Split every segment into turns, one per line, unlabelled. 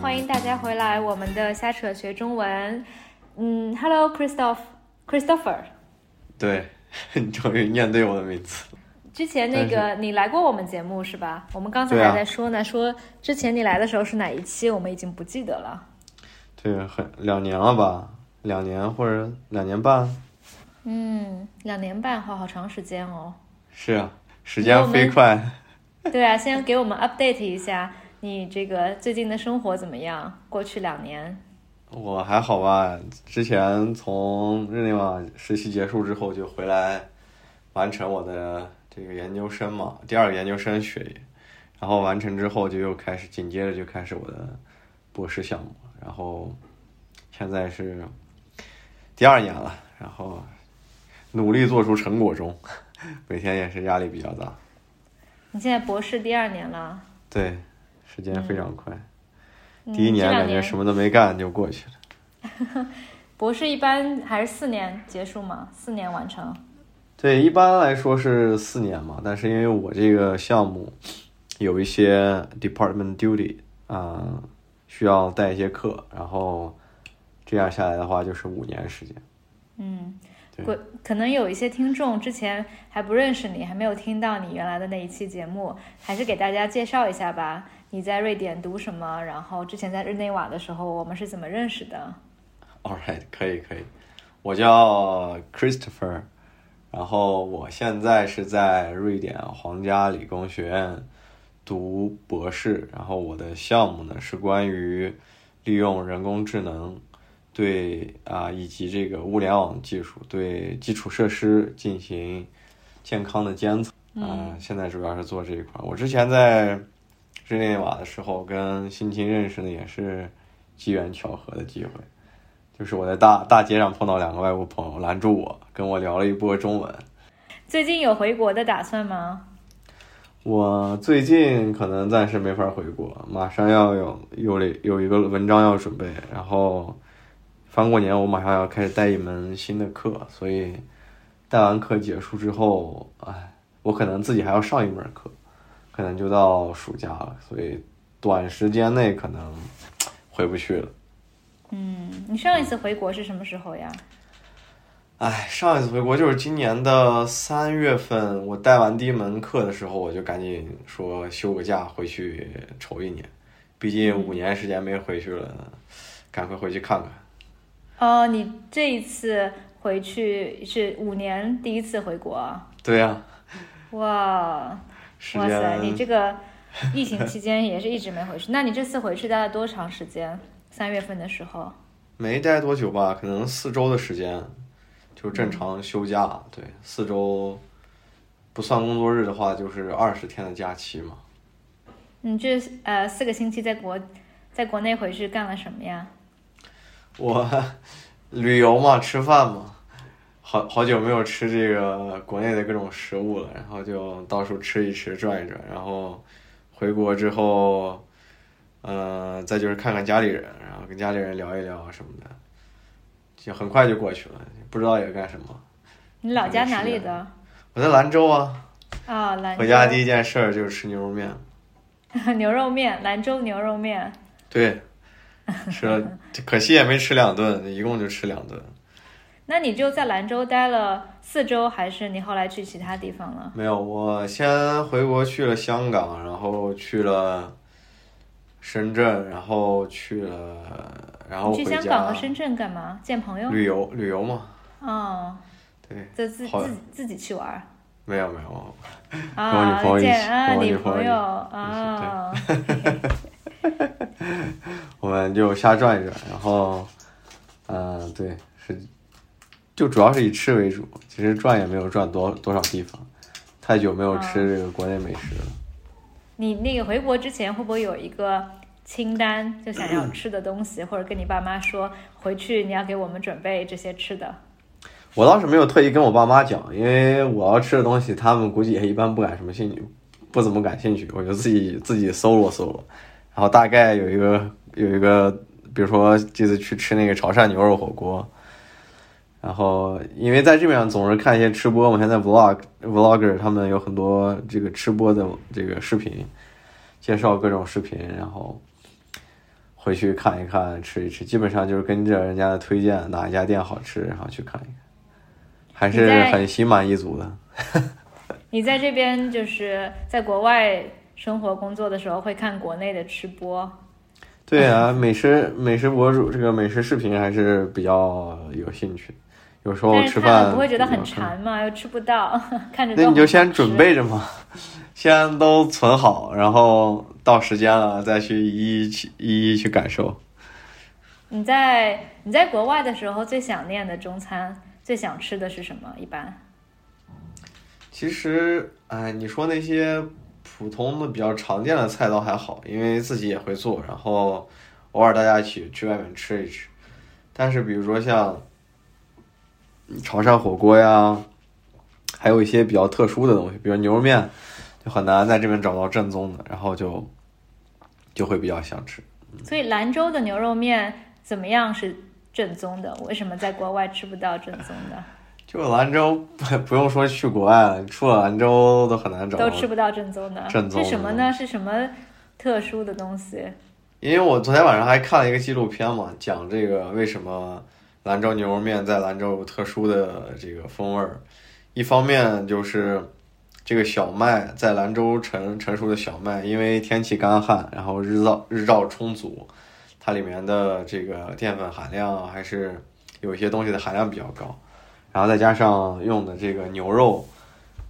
欢迎大家回来，我们的瞎扯学中文。嗯，Hello Christoph Christopher，
对 你终于念对我的名字。
之前那个你来过我们节目是吧？我们刚才
对啊
还在说呢，说之前你来的时候是哪一期，我们已经不记得了。
对，很两年了吧？两年或者两年半？
嗯，两年半，好好长时间哦。
是啊，时间飞快。
对啊， 先给我们 update 一下你这个最近的生活怎么样？过去两年，
我还好吧，之前从日内瓦实习结束之后就回来，完成我的这个研究生嘛，第二个研究生学业，然后完成之后就又开始，紧接着就开始我的博士项目，然后现在是第二年了，然后努力做出成果中， 每天也是压力比较大，
你现在博士第二年了。
对，时间非常快，
嗯
第一
这
年
两
感觉什么都没干就过去了。
博士一般还是四年结束嘛，四年完成。
对，一般来说是四年嘛，但是因为我这个项目有一些 department duty 啊、需要带一些课，然后这样下来的话就是五年时间。
嗯，
对
可可能有一些听众之前还不认识你，还没有听到你原来的那一期节目，还是给大家介绍一下吧。你在瑞典读什么？然后之前在日内瓦的时候，我们是怎么认识的？
All right，可以可以，我叫 Christopher，然后我现在是在瑞典皇家理工学院读博士，然后我的项目呢是关于利用人工智能对啊、以及这个物联网技术对基础设施进行健康的监测啊、现在主要是做这一块。我之前在日内瓦的时候跟辛勤认识呢，也是机缘巧合的机会。就是我在大大街上碰到两个外国朋友拦住我，跟我聊了一波中文。
最近有回国的打算吗？
我最近可能暂时没法回国，马上要有有了有一个文章要准备，然后翻过年我马上要开始带一门新的课，所以带完课结束之后，哎，我可能自己还要上一门课，可能就到暑假了，所以短时间内可能回不去了。
嗯，你上一次回国是什么时候呀？
哎，上一次回国就是今年的三月份，我带完第一门课的时候，我就赶紧说休个假回去瞅一年，毕竟五年时间没回去了，赶快回去看看。
哦，你这一次回去是五年第一次回国啊，
对呀、
哇，
时
哇塞，你
间
这 个疫情期间也是一直没回去。那你这次回去待了多长时间？三月份的时候，
没待多久吧，可能四周的时间，就
嗯
正常休假。对，四周不算工作日的话，就是二十天的假期嘛。
你这呃四个星期在国在国内回去干了什么呀？
我旅游嘛，吃饭嘛，好好久没有吃这个国内的各种食物了，然后就到处吃一吃，转一转，然后回国之后，嗯、再就是看看家里人，然后跟家里人聊一聊什么的，就很快就过去了，不知道也干什么。
你老家
是
哪里的？
我在兰州啊，
啊、兰州。
回家第一件事儿就是吃牛肉面，
牛肉面，兰州牛肉面。
对，吃了，可惜也没吃两顿，一共就吃两顿。
那你就在兰州待了四周，还是你后来去其他地方了？
没有，我先回国去了香港，然后去了深圳，然后去了，然后
你
回
去
家
香港和深圳干嘛？见朋友？
旅游旅游嘛。
哦，
对，
就自
好
自己自己去玩儿
没有没有，我女
啊
朋友！一起
见啊，
跟我
女
女朋友
朋
一起
友啊，
我们就瞎转一转，然后，嗯、对，是，就主要是以吃为主，其实转也没有转多多少地方，太久没有吃这个国内美食
啊
了。
你那个回国之前会不会有一个清单，就想要吃的东西，或者跟你爸妈说回去你要给我们准备这些吃的？
我倒是没有特意跟我爸妈讲，因为我要吃的东西，他们估计也一般不感什么兴趣，不怎么感兴趣。我就自己自己搜罗搜罗，然后大概有一个有一个，比如说这次去吃那个潮汕牛肉火锅，然后因为在这边总是看一些吃播嘛，现在 vlog vlogger 他们有很多这个吃播的这个视频，介绍各种视频，然后回去看一看，吃一吃，基本上就是跟着人家的推荐，哪一家店好吃，然后去看一看，还
你
是
在
很心满意足的。
你在这边就是在国外生活工作的时候，会看国内的吃播，
对啊，美食美食博主这个美食视频还是比较有兴趣，有时候
但
吃
是看
饭
了不会觉得
比
很
较看
馋嘛，又吃不到， 看着
那
都
你就
很想
先准
吃
备着嘛， 先都存好，然后到时间了再去一一去一一去感受。
你在你在国外的时候最想念的中餐，最想吃的是什么？一般
其实，哎，你说那些普通的比较常见的菜倒还好，因为自己也会做，然后偶尔大家一起去外面吃一吃。但是比如说像潮汕火锅呀，还有一些比较特殊的东西，比如牛肉面，就很难在这边找到正宗的，然后就就会比较想吃。
所以兰州的牛肉面怎么样是正宗的？为什么在国外吃不到正宗的，
就兰州 不不用说去国外了，出了兰州都很难找到
都吃不到正宗的？
正宗的
是什么呢？是什么特殊的东西？
因为我昨天晚上还看了一个纪录片嘛，讲这个为什么兰州牛肉面在兰州有特殊的这个风味儿。一方面就是这个小麦在兰州成成熟的小麦，因为天气干旱，然后日照日照充足，它里面的这个淀粉含量啊还是有一些东西的含量比较高。然后再加上用的这个牛肉，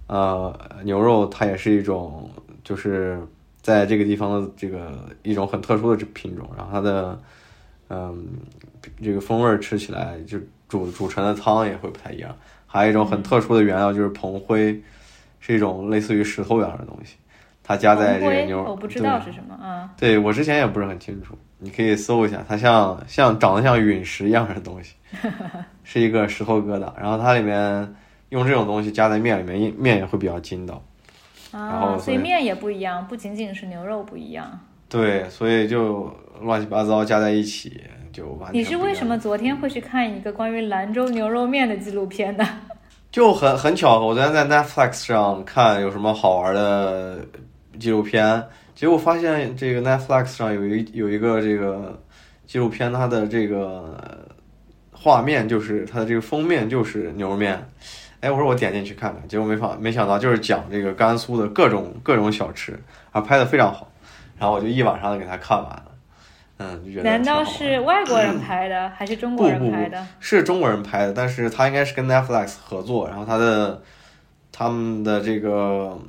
呃，牛肉它也是一种就是在这个地方的这个一种很特殊的这品种，然后它的嗯这个风味儿吃起来就煮煮成的汤也会不太一样。还有一种
嗯
很特殊的原料就是蓬灰，是一种类似于石头一样的东西，它加在这
红
个
灰
牛
我不知
对
道是什么啊。
对我之前也不是很清楚，你可以搜一下，它像像长得像陨石一样的东西， 是一个石头疙瘩，然后它里面用这种东西加在面里面，面也会比较筋道。然
啊，
后
所以
所以
面也不一样，不仅仅是牛肉不一样。
对，所以就乱七八糟加在一起就完全
你是
不一
为
样
什么昨天会去看一个关于兰州牛肉面的纪录片呢？
就很很巧合，我昨天在 Netflix 上看有什么好玩的纪录片，结果发现这个 Netflix 上有一有一个这个纪录片，它的这个画面就是它的这个封面就是牛肉面。哎，我说我点进去看看，结果没法没想到就是讲这个甘肃的各种各种小吃，啊，拍的非常好，然后我就一晚上给它看完了，嗯，就觉得
难
挺好
道
玩
是外国人拍的，还是中国人拍的？
是中国人拍的，但是他应该是跟 Netflix 合作，然后他的他们的这个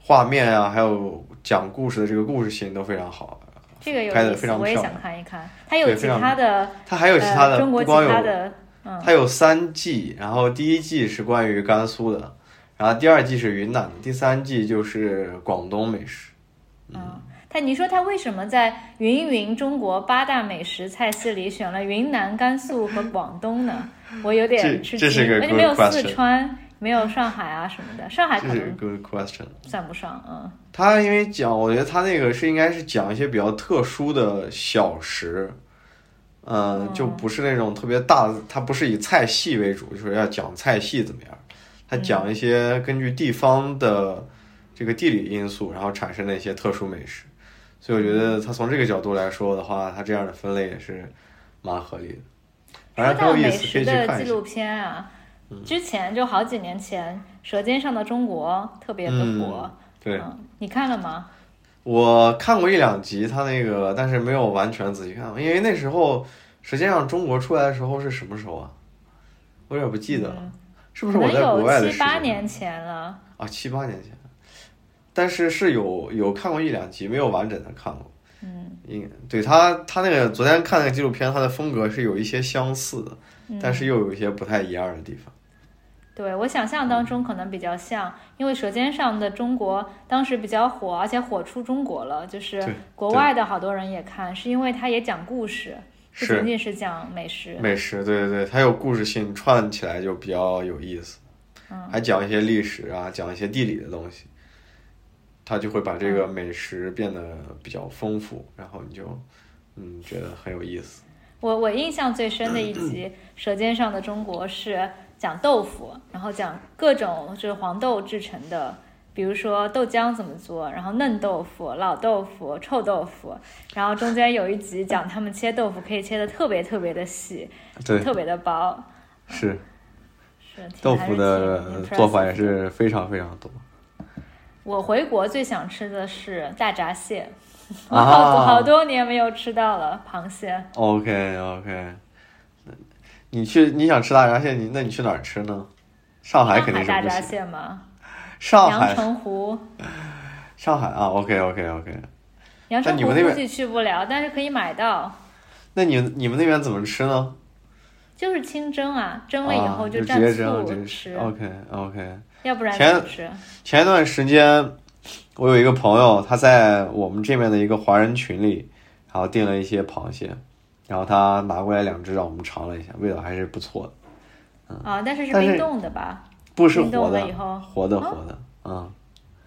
画面啊，还有讲故事的这个故事性都非常好。
这个有
拍得
意思
非，常
我也
漂
想
亮
看一看。它有
对
其
非常
他的，
它还有其他的，
呃、中国
不
其
光有
他的，嗯，
它有三季，然后第一季是关于甘肃的，然后第二季是云南的，第三季就是广东美食。
啊，它你说它为什么在云云中国八大美食菜系里选了云南、甘肃和广东呢？我有
这
点吃
这是
惊，
个
而且没有
good
四
question
川，没有上海啊什么的，上海可
这是
能
good question。
算不上，嗯。
他因为讲，我觉得他那个是应该是讲一些比较特殊的小食，嗯、
嗯
就不是那种特别大的，它不是以菜系为主，就是要讲菜系怎么样，他讲一些根据地方的这个地理因素，然后产生的一些特殊美食，所以我觉得他从这个角度来说的话，他这样的分类也是蛮合理的，反
说嗯
正很
到
有意
美
思，可
食
以去
的纪
看一下。嗯
录片啊，之前就好几年前，《舌尖上的中国》特别的火
嗯。，对。
嗯，你看了吗？
我看过一两集他那个，但是没有完全仔细看，因为那时候实际上中国出来的时候是什么时候啊？我有点不记得了，是不
嗯
是
可
我
能
在国外
有
的
七
时
八
间
年前了。
啊？七八年前，但是是有有看过一两集，没有完整的看过。
嗯，
应对他他那个昨天看那个纪录片，他的风格是有一些相似的，但
嗯
是又有一些不太一样的地方。
对我想象当
嗯
中可能比较像，因为《舌尖上的中国》当时比较火，而且火出中国了，就是
对
国外的好多人也看，是因为它也讲故事，不
是
仅仅是讲美食。
美食，对对对，它有故事性，串起来就比较有意思。
嗯
还讲一些历史啊，讲一些地理的东西，它就会把这
嗯
个美食变得比较丰富，然后你就嗯觉得很有意思。
我我印象最深的一
嗯
集《舌尖上的中国》是讲豆腐，然后讲各种就是黄豆制成的比如说豆浆怎么做，然后嫩豆腐、老豆腐、臭豆腐，然后中间有一集讲他们切豆腐可以切的特别特别的细，
对，
特别的薄，
是
是挺
豆
还是
腐的呃
挺 impressive
做法也是非常非常多
我回国最想吃的是大闸蟹， 我好多、
啊。
好多年没有吃到了螃蟹。
OK OK，你去你想吃大闸蟹，你那你去哪儿吃呢？上海
上
肯定
海大
是不
闸
行。
蟹吗？
上
阳
海
澄湖，
上海啊，OK OK OK，
阳澄
你
湖
们那
估
边
计去不了，但是可以买到，
那你你们那边怎么吃呢？
就是清蒸啊，蒸了以
啊，
后
就直
蘸醋
接蒸，直接
吃，
OK OK。
要不然
前
怎么吃？
前一段时间，我有一个朋友，他在我们这边的一个华人群里，然后订了一些螃蟹，然后他拿过来两只让我们尝了一下，味道还是不错的，
啊，但是是
嗯但
冰
是
冻的吧？
不是
冰冻
活的
了以后，
活的
啊
活的，嗯。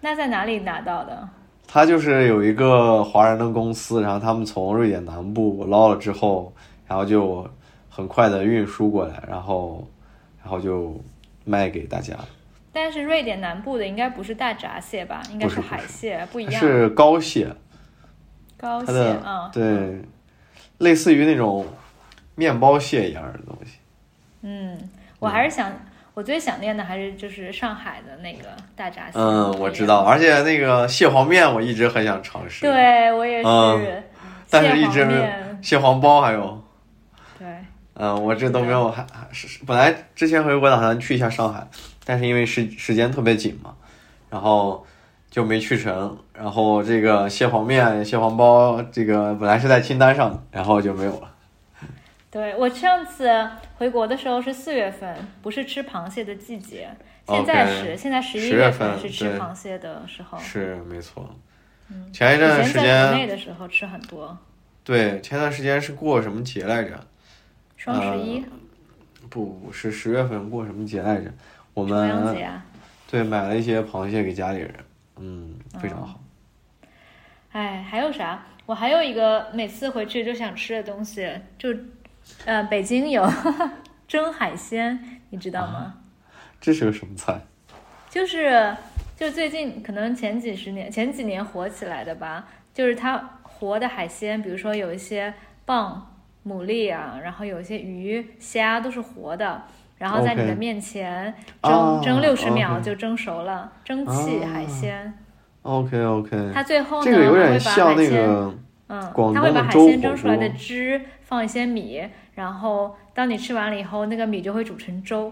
那在哪里拿到的？
他就是有一个华人的公司，然后他们从瑞典南部捞了之后，然后就很快的运输过来，然后，然后就卖给大家，
但是瑞典南部的应该不是大闸蟹吧？应该
不是不
海
是
蟹，不一样。
是膏蟹，
膏
它
蟹
的
啊，
对，类似于那种面包蟹一样的东西。
嗯，我还是想，我最想念的还是就是上海的那个大闸啊蟹。
嗯，我知。道，而且那个蟹黄面我一直很想尝试，，
对我也是，
嗯但是一直没
蟹
有
黄面
蟹黄包还有。
对，
嗯，我这都没有，还
啊
还是是本来之前回国打算去一下上海，但是因为时时间特别紧嘛，然后就没去成。然后这个蟹黄面、蟹黄包，这个本来是在清单上的，然后就没有了。
对我上次回国的时候是四月份，不是吃螃蟹的季节。现
OK，
在是现在十一
10月份
份是吃
对
螃蟹的时候。
是没错。前一段
哦嗯以
时
前在国内
间，
的时候吃很多，
对，前段时间是过什么节来着？
双十一、
呃不，不是十月份过什么节来着？我
重阳
们
节啊。
对买了一些螃蟹给家里人，嗯，非常好。
哎，还有啥？我还有一个每次回去就想吃的东西，就，呃，北京有 蒸海鲜，你知道吗？
这是个什么菜？
就是就最近可能前几十年、前几年火起来的吧，就是它活的海鲜，比如说有一些蚌、牡蛎啊，然后有一些鱼、虾都是活的，然后在你的
OK
面前蒸
啊
蒸六十秒
OK
就蒸熟了，蒸汽海
啊
鲜。
OK OK，
它最后呢，
这个有点
还会把海
像那
鲜
个，
嗯，
广
它会
东
把
的
海
粥
鲜
火
蒸出来的
锅
汁放一些米，然后当你吃完了以后，那个米就会煮成粥。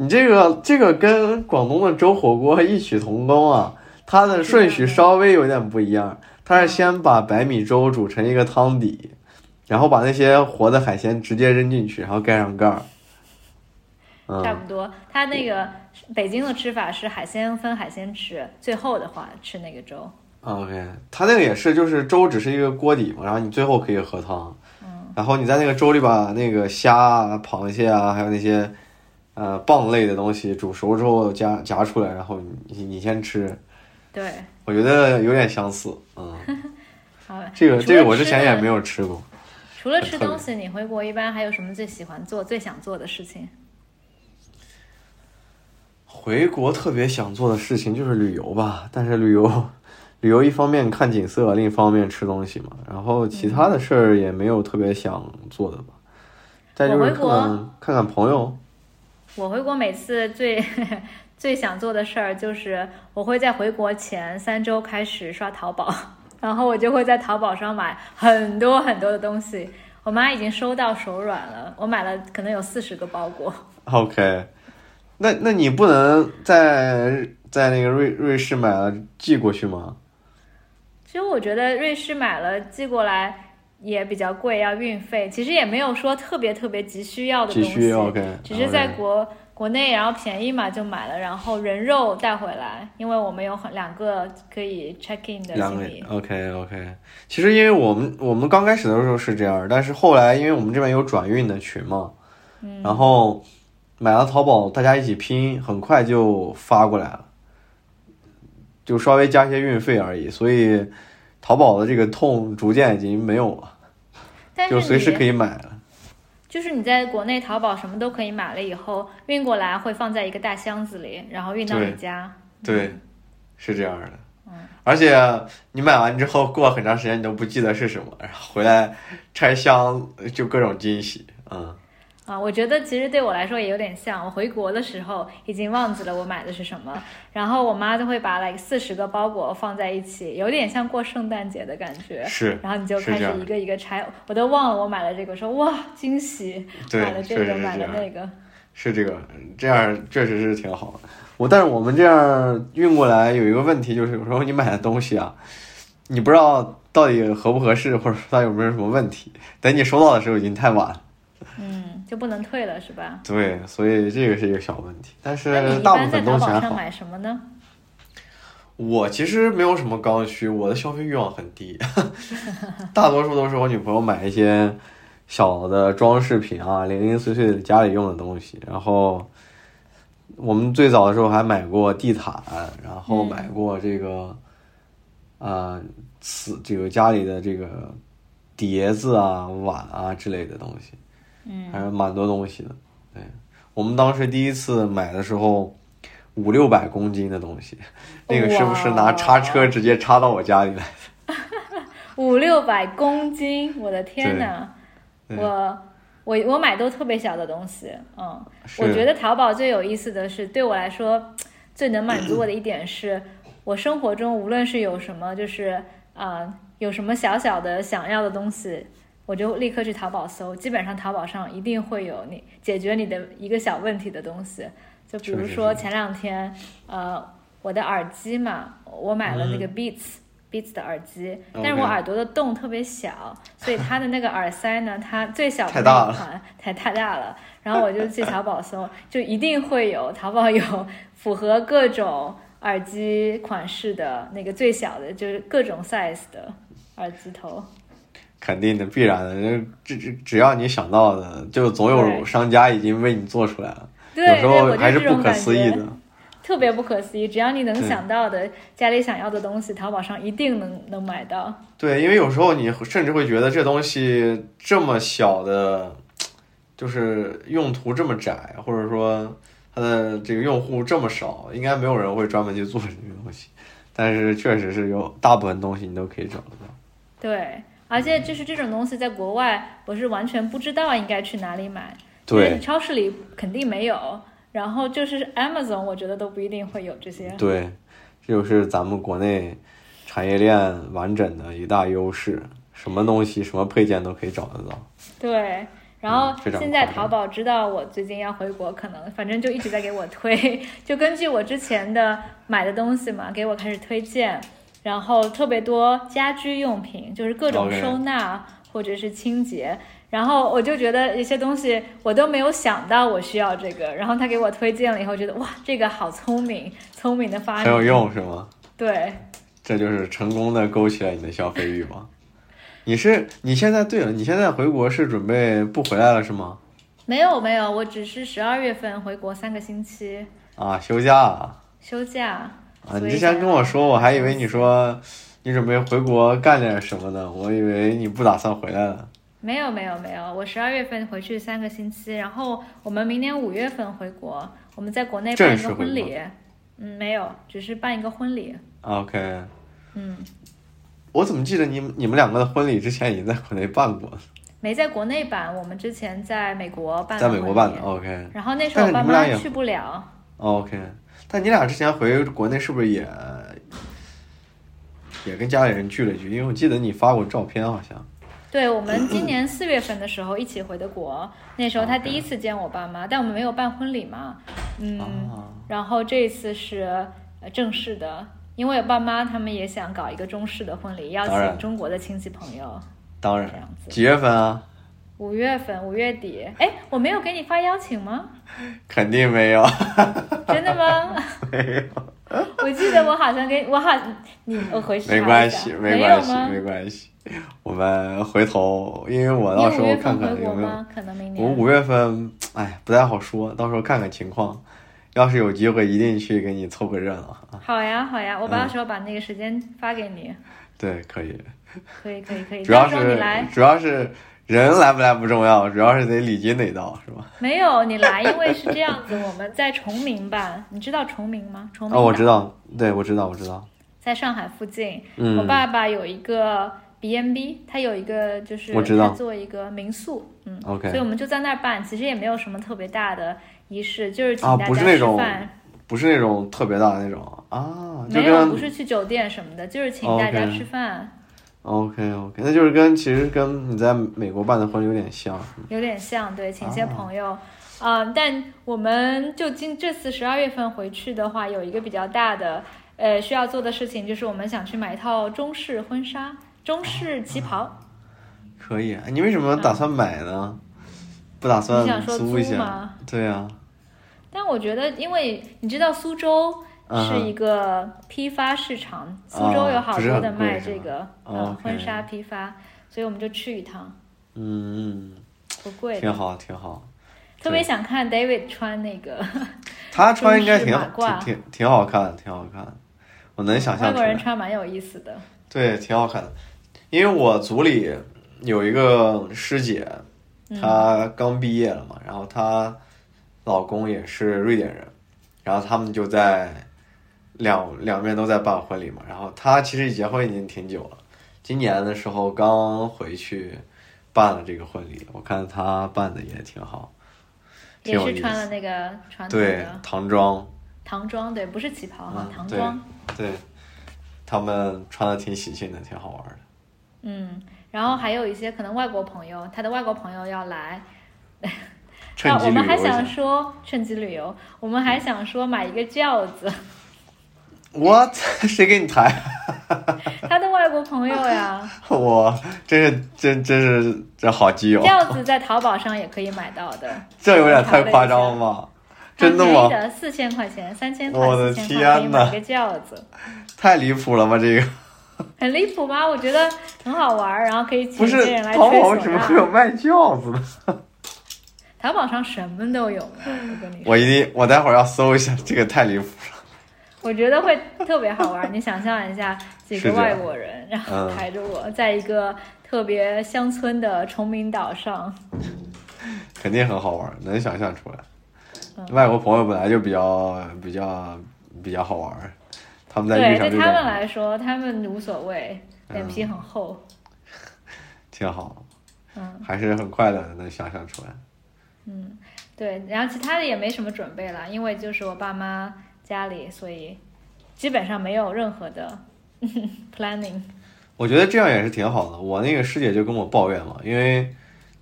你这个这个跟广东的粥火锅异曲同工啊，它
是这
的
样
顺
的嗯
序稍微有点不一样，它是先把白米粥煮成一个汤底，然后把那些活的海鲜直接扔进去，然后盖上盖儿。
差
嗯，
不多，它那个北京的吃法是海鲜分海鲜吃，最后的话吃那个粥。
OK，它那个也是，就是粥只是一个锅底嘛，然后你最后可以喝汤，
嗯
然后你在那个粥里把那个虾啊、螃蟹啊，还有那些呃蚌类的东西煮熟之后夹夹出来，然后你你先吃，
对，
我觉得有点相似，嗯。
好吧。
这个
除
这
了
个我之
吃
前也
的
没有吃过。
除了
很
吃
特别
东西，你回国一般还有什么最喜欢做、最想做的事情？
回国特别想做的事情就是旅游吧，但是旅游， 旅游一方面看景色，另一方面吃东西嘛，然后其他的事儿也没有特别想做的吧。再就是
我回
看
国
看看看朋友，
我回国每次最 最想做的事儿就是，我会在回国前三周开始刷淘宝， 然后我就会在淘宝上买很多很多的东西。我妈已经收到手软了，我买了可能有四十个包裹。
OK，那那你不能在在那个瑞瑞士买了寄过去吗？
其实我觉得瑞士买了寄过来也比较贵，要运费，其实也没有说特别特别急需要的
急
东西，
需 OK，
只是在
OK
国国内然后便宜嘛就买了，然后人肉带回来，因为我们有很两个可以 check in 的
两
行
个
李。
OK OK，其实因为我们我们刚开始的时候是这样，但是后来因为我们这边有转运的群嘛，
嗯
然后买了淘宝，大家一起拼，很快就发过来了，就稍微加一些运费而已，所以淘宝的这个痛逐渐已经没有了，
但是
就
你嗯
随时可以买了。
就是你在国内淘宝什么都可以买了以后，运过来会放在一个大箱子里，然后运到
对
你家。
对，是这样的。
嗯
而且你买完之后，过很长时间你都不记得是什么，然后回来拆箱就各种惊喜，嗯。
啊，我觉得其实对我来说也有点像。我回国的时候已经忘记了我买的是什么，然后我妈就会把 like 四十个包裹放在一起，有点像过圣诞节的感觉。
是
然后你就是开
这
始
样
一个一个拆，我都忘了我买了这个，说哇惊喜，
对
买了这
确
个
实是
买
这
了
样
那个。
是这个，这样确实是挺好的。我但是我们这样运过来有一个问题，就是有时候你买的东西啊，你不知道到底合不合适，或者说它有没有什么问题，等你收到的时候已经太晚了。
嗯，就不能退了是吧？
对，所以这个是一个小问题，但
那你
是
一
大部
般在
分
淘
东西
宝
还
上
好。
买什么呢？
我其实没有什么刚需，我的消费欲望很低，大多数都是我女朋友买一些小的装饰品啊，零零碎碎的家里用的东西。然后我们最早的时候还买过地毯，然后
嗯
买过这个，呃，瓷这个家里的这个碟子啊、碗啊之类的东西，
嗯
还是蛮多东西的。对我们当时第一次买的时候，五六百公斤的东西，那个师傅是拿叉车直接插到我家里来。
五六百公斤，我的天
对
哪！
对
我我我买都特别小的东西，嗯，我
是
觉得淘宝最有意思的是，对我来说最能满足我的一点是， 我生活中无论是有什么，就是啊、呃有什么小小的想要的东西。我就立刻去淘宝搜，基本上淘宝上一定会有你解决你的一个小问题的东西。就比如
是是
说
是
前两天，呃，我的耳机嘛，我买了那个 Beats、Beats 的耳机，但是我
嗯 OK
耳朵的洞特别小，所以它的那个耳塞呢，它最小的
太
那
大
一
了
款太太大了。然后我就去淘宝搜，就一定会有淘宝有符合各种耳机款式的那个最小的，就是各种 size 的耳机头。
肯定的，必然的，这这只要你想到的，就总
对
有商家已经为你做出来了。
对，
有时
对，我
候
就
还是
这种
不可
感
思议
觉
的。
特别不可思议，只要你能
对
想到的家里想要的东西，淘宝上一定能能买到。
对，因为有时候你甚至会觉得这东西这么小的，就是用途这么窄，或者说它的这个用户这么少，应该没有人会专门去做这个东西。但是确实是有大部分东西你都可以找得到。
对，而
嗯
且就是这种东西，在国外我是完全不知道应该去哪里买，因为
对
超市里肯定没有，然后就是 Amazon，我觉得都不一定会有这 些。
对，这就是咱们国内产业链完整的一大优势，什么东西、什么配件都可以找得到。
对，然后
嗯非常
现在
夸张
淘宝知道我最近要回国，可能反正就一直在给我推， 就根据我之前的买的东西嘛，给我开始推荐，然后特别多家居用品，就是各种
OK
收纳或者是清洁。然后我就觉得一些东西我都没有想到我需要这个，然后他给我推荐了以后，觉得哇，这个好聪明，聪明的发
很
明，
有。用是吗？
对，
这就是成功的勾起了你的消费欲望。你是你现在对了，你现在回国是准备不回来了是吗？
没有没有，我只是十二月份回国三个星期
啊，休假啊！
休假。
啊
所
你
以
之前
想
跟
要
我说，我还以为你说你准备回国干点什么呢，我以为你不打算回来了。
没有没有没有，我十二月份回去三个星期，然后我们明年五月份回国，我们在国内办
正
一
式
个
回
婚
国
礼。嗯，没有，只是办一个婚礼。
啊 OK，
嗯，
我怎么记得你你们两个的婚礼之前已经在国内办过了，
没在国内办，我们之前在美国办，
在美国办的。。OK
然后那时
但
候我
是
爸
你们俩
妈
也
去不了，
哦 OK，但你俩之前回国内是不是也也跟家里人聚了一聚？因为我记得你发过照片，好像。
对我们今年四月份的时候一起回的 国，那时候他
OK
第一次见我爸妈，但我们没有办婚礼嘛，嗯，
啊
然后这一次是呃正式的，因为我爸妈他们也想搞一个中式的婚礼，邀
当然
请中国的亲戚朋友，
当
这样
然，
子
几月份啊？
五月份，五月底，哎，我没有给你发邀请 吗？
肯定没有，
真的吗？
没有，
我记得我好像给我好你我回去查一下
没关系，没
没
关
有
系，
吗？
没关系。我们回头，因为我到
你
时
五
候
月
看
份
看
回国
有没有。
吗？可能明
我
年。
五月份，哎，不太好说，到时候看看情况。要是有机会，一定去给你凑个热闹。啊
好呀好呀，我到
嗯
时候把那个时间发给你，
对，可以。
可以可以可以，
主要
到时候你
是
来，
主要是人来不来不重要，主要是得礼金得到，是吧？
没有你来，因为是这样子，我们在崇明吧，你知道崇明吗？崇明
哦，我知
岛
道，对，我知道，我知道。
在上海附近，
嗯
我爸爸有一个 B N B，他有一个就是
我知道
他做一个民宿，嗯
OK
所以我们就在那儿办，其实也没有什么特别大的仪式，就是请
啊
大家
不是那
吃
种
饭，
不是那种特别大的那种啊，就
没有
跟哦
不是去酒店什么的，就是请大家
OK
吃饭
OK OK，那就是跟其实跟你在美国办的婚礼有点像，是吗
有点像，对，请一些
啊
朋友。嗯，但我们就今这次十二月份回去的话，有一个比较大的呃需要做的事情，就是我们想去买一套中式婚纱、中式旗袍。
可以。啊你为什么打算买呢？不打
你
算
想说
哦
租
一下？
吗？
对啊呀、
但我觉得，因为你知道苏州
嗯
是
哼
一个批发市场，苏州有好
不是
多
很
的
贵
卖
是
这
吧
个
哦
嗯
OK
婚纱批发，所以我们就去一趟，
嗯
不
嗯，
贵
挺
的。
好挺好。
特别想看 David 穿那个
他穿应该
中
挺
式
好
马褂
挺挺挺好看的，挺好看的。我能想
外
象出
国人
来，
穿，蛮有意思的。
对，挺好看的。因为我组里有一个师姐，
嗯
她刚毕业了嘛，然后她老公也是瑞典人，然后他们就在两两边都在办婚礼嘛。然后她其实结婚已经挺久了，今年的时候刚回去办了这个婚礼，我看她办的也挺好，挺
也
有
是
意思
穿了那个传统
对
的，
唐装。
唐装，对，不是旗袍哈，
嗯
哦唐
对
装。
对，他们穿的挺喜庆的，挺好玩的。
嗯，然后还有一些可能外国朋友，他的外国朋友要来，
趁
啊
机
我
旅游
们
一
还想
下。
说趁机旅游，我们还想说买一个轿 子。
What？谁 给你抬？
他的外国朋友呀，
我真是真真是这好基友，
轿子在淘宝上也可以买到的，
这有点太夸张了吧？真的
很
吗
便宜？的，四千块钱，三千块，
我的
四千块可以
天
买
哪
个轿子，
太离谱了吧？这个
很离谱吧？我觉得很好玩儿，然后可以请
不
一
是
些人来吹啊
淘宝
唢
怎么会有
呐。
卖轿子的？
淘宝上什么都有呢，我跟你说，
我一定，我待会儿要搜一下，这个太离谱了。
我觉得会特别好玩 儿。你想象一下，几
是
个
这样
外国人，然后
嗯
排着我在一个特别乡村的崇明岛上，
肯定很好玩，能想象出来
嗯。
外国朋友本来就比较比较比较好玩，他们在遇
对，
上嗯
对
这
他们
种
来说，他们无所谓，脸皮很厚，
挺好，
嗯。
还是很快乐的，能想象出来。
对，然后其他的也没什么准备了，因为就是我爸妈家里，所以基本上没有任何的 planning。
我觉得这样也是挺好的。我那个师姐就跟我抱怨嘛，因为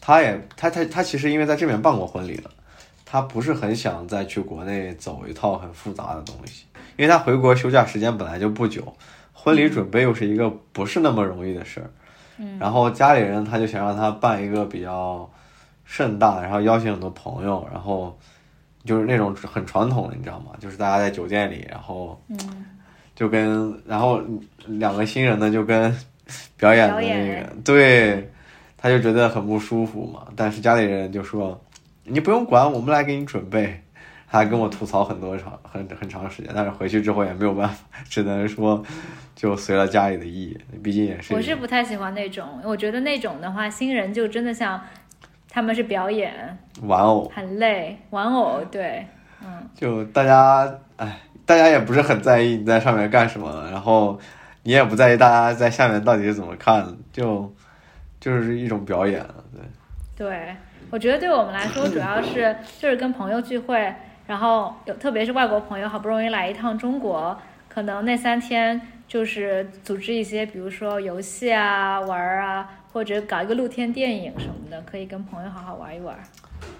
她也她她她其实因为在这边办过婚礼了，她不是很想再去国内走一套很复杂的东西，因为她回国休假时间本来就不久，婚
嗯
礼准备又是一个不是那么容易的事儿。嗯，然后家里人他就想让她办一个比较盛大，然后邀请很多朋友，然后就是那种很传统的，你知道吗？就是大家在酒店里，然后
嗯，
就跟然后两个新人呢就跟表演
表
的那
演
个，对，他就觉得很不舒服嘛。但是家里人就说你不用管，我们来给你准备。他跟我吐槽很多长很很长时间，但是回去之后也没有办法，只能说就随了家里的意，毕竟也是
我是不太喜欢那种，我觉得那种的话，新人就真的像他们是表演，
玩偶，
很累，玩偶，对，嗯，
就大家哎，大家也不是很在意你在上面干什么，然后你也不在意大家在下面到底是怎么看，就就是一种表演，对。
对。我觉得对我们来说，主要是就是跟朋友聚会，然后有特别是外国朋友好不容易来一趟中国，可能那三天就是组织一些，比如说游戏啊、玩儿啊，或者搞一个露天电影什么的，可以跟朋友好好玩一玩。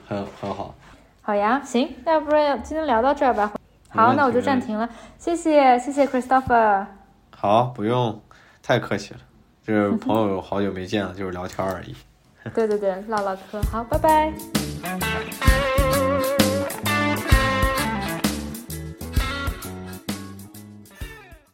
很很好，
好呀，行，那要不然今天聊到这儿吧。
没问
好，
题
那我就暂停了，谢谢谢谢 Christopher。
好，不用，太客气了，就是朋友好久没见了，就是聊天而已。
对对对，唠唠嗑。好，拜拜。
拜拜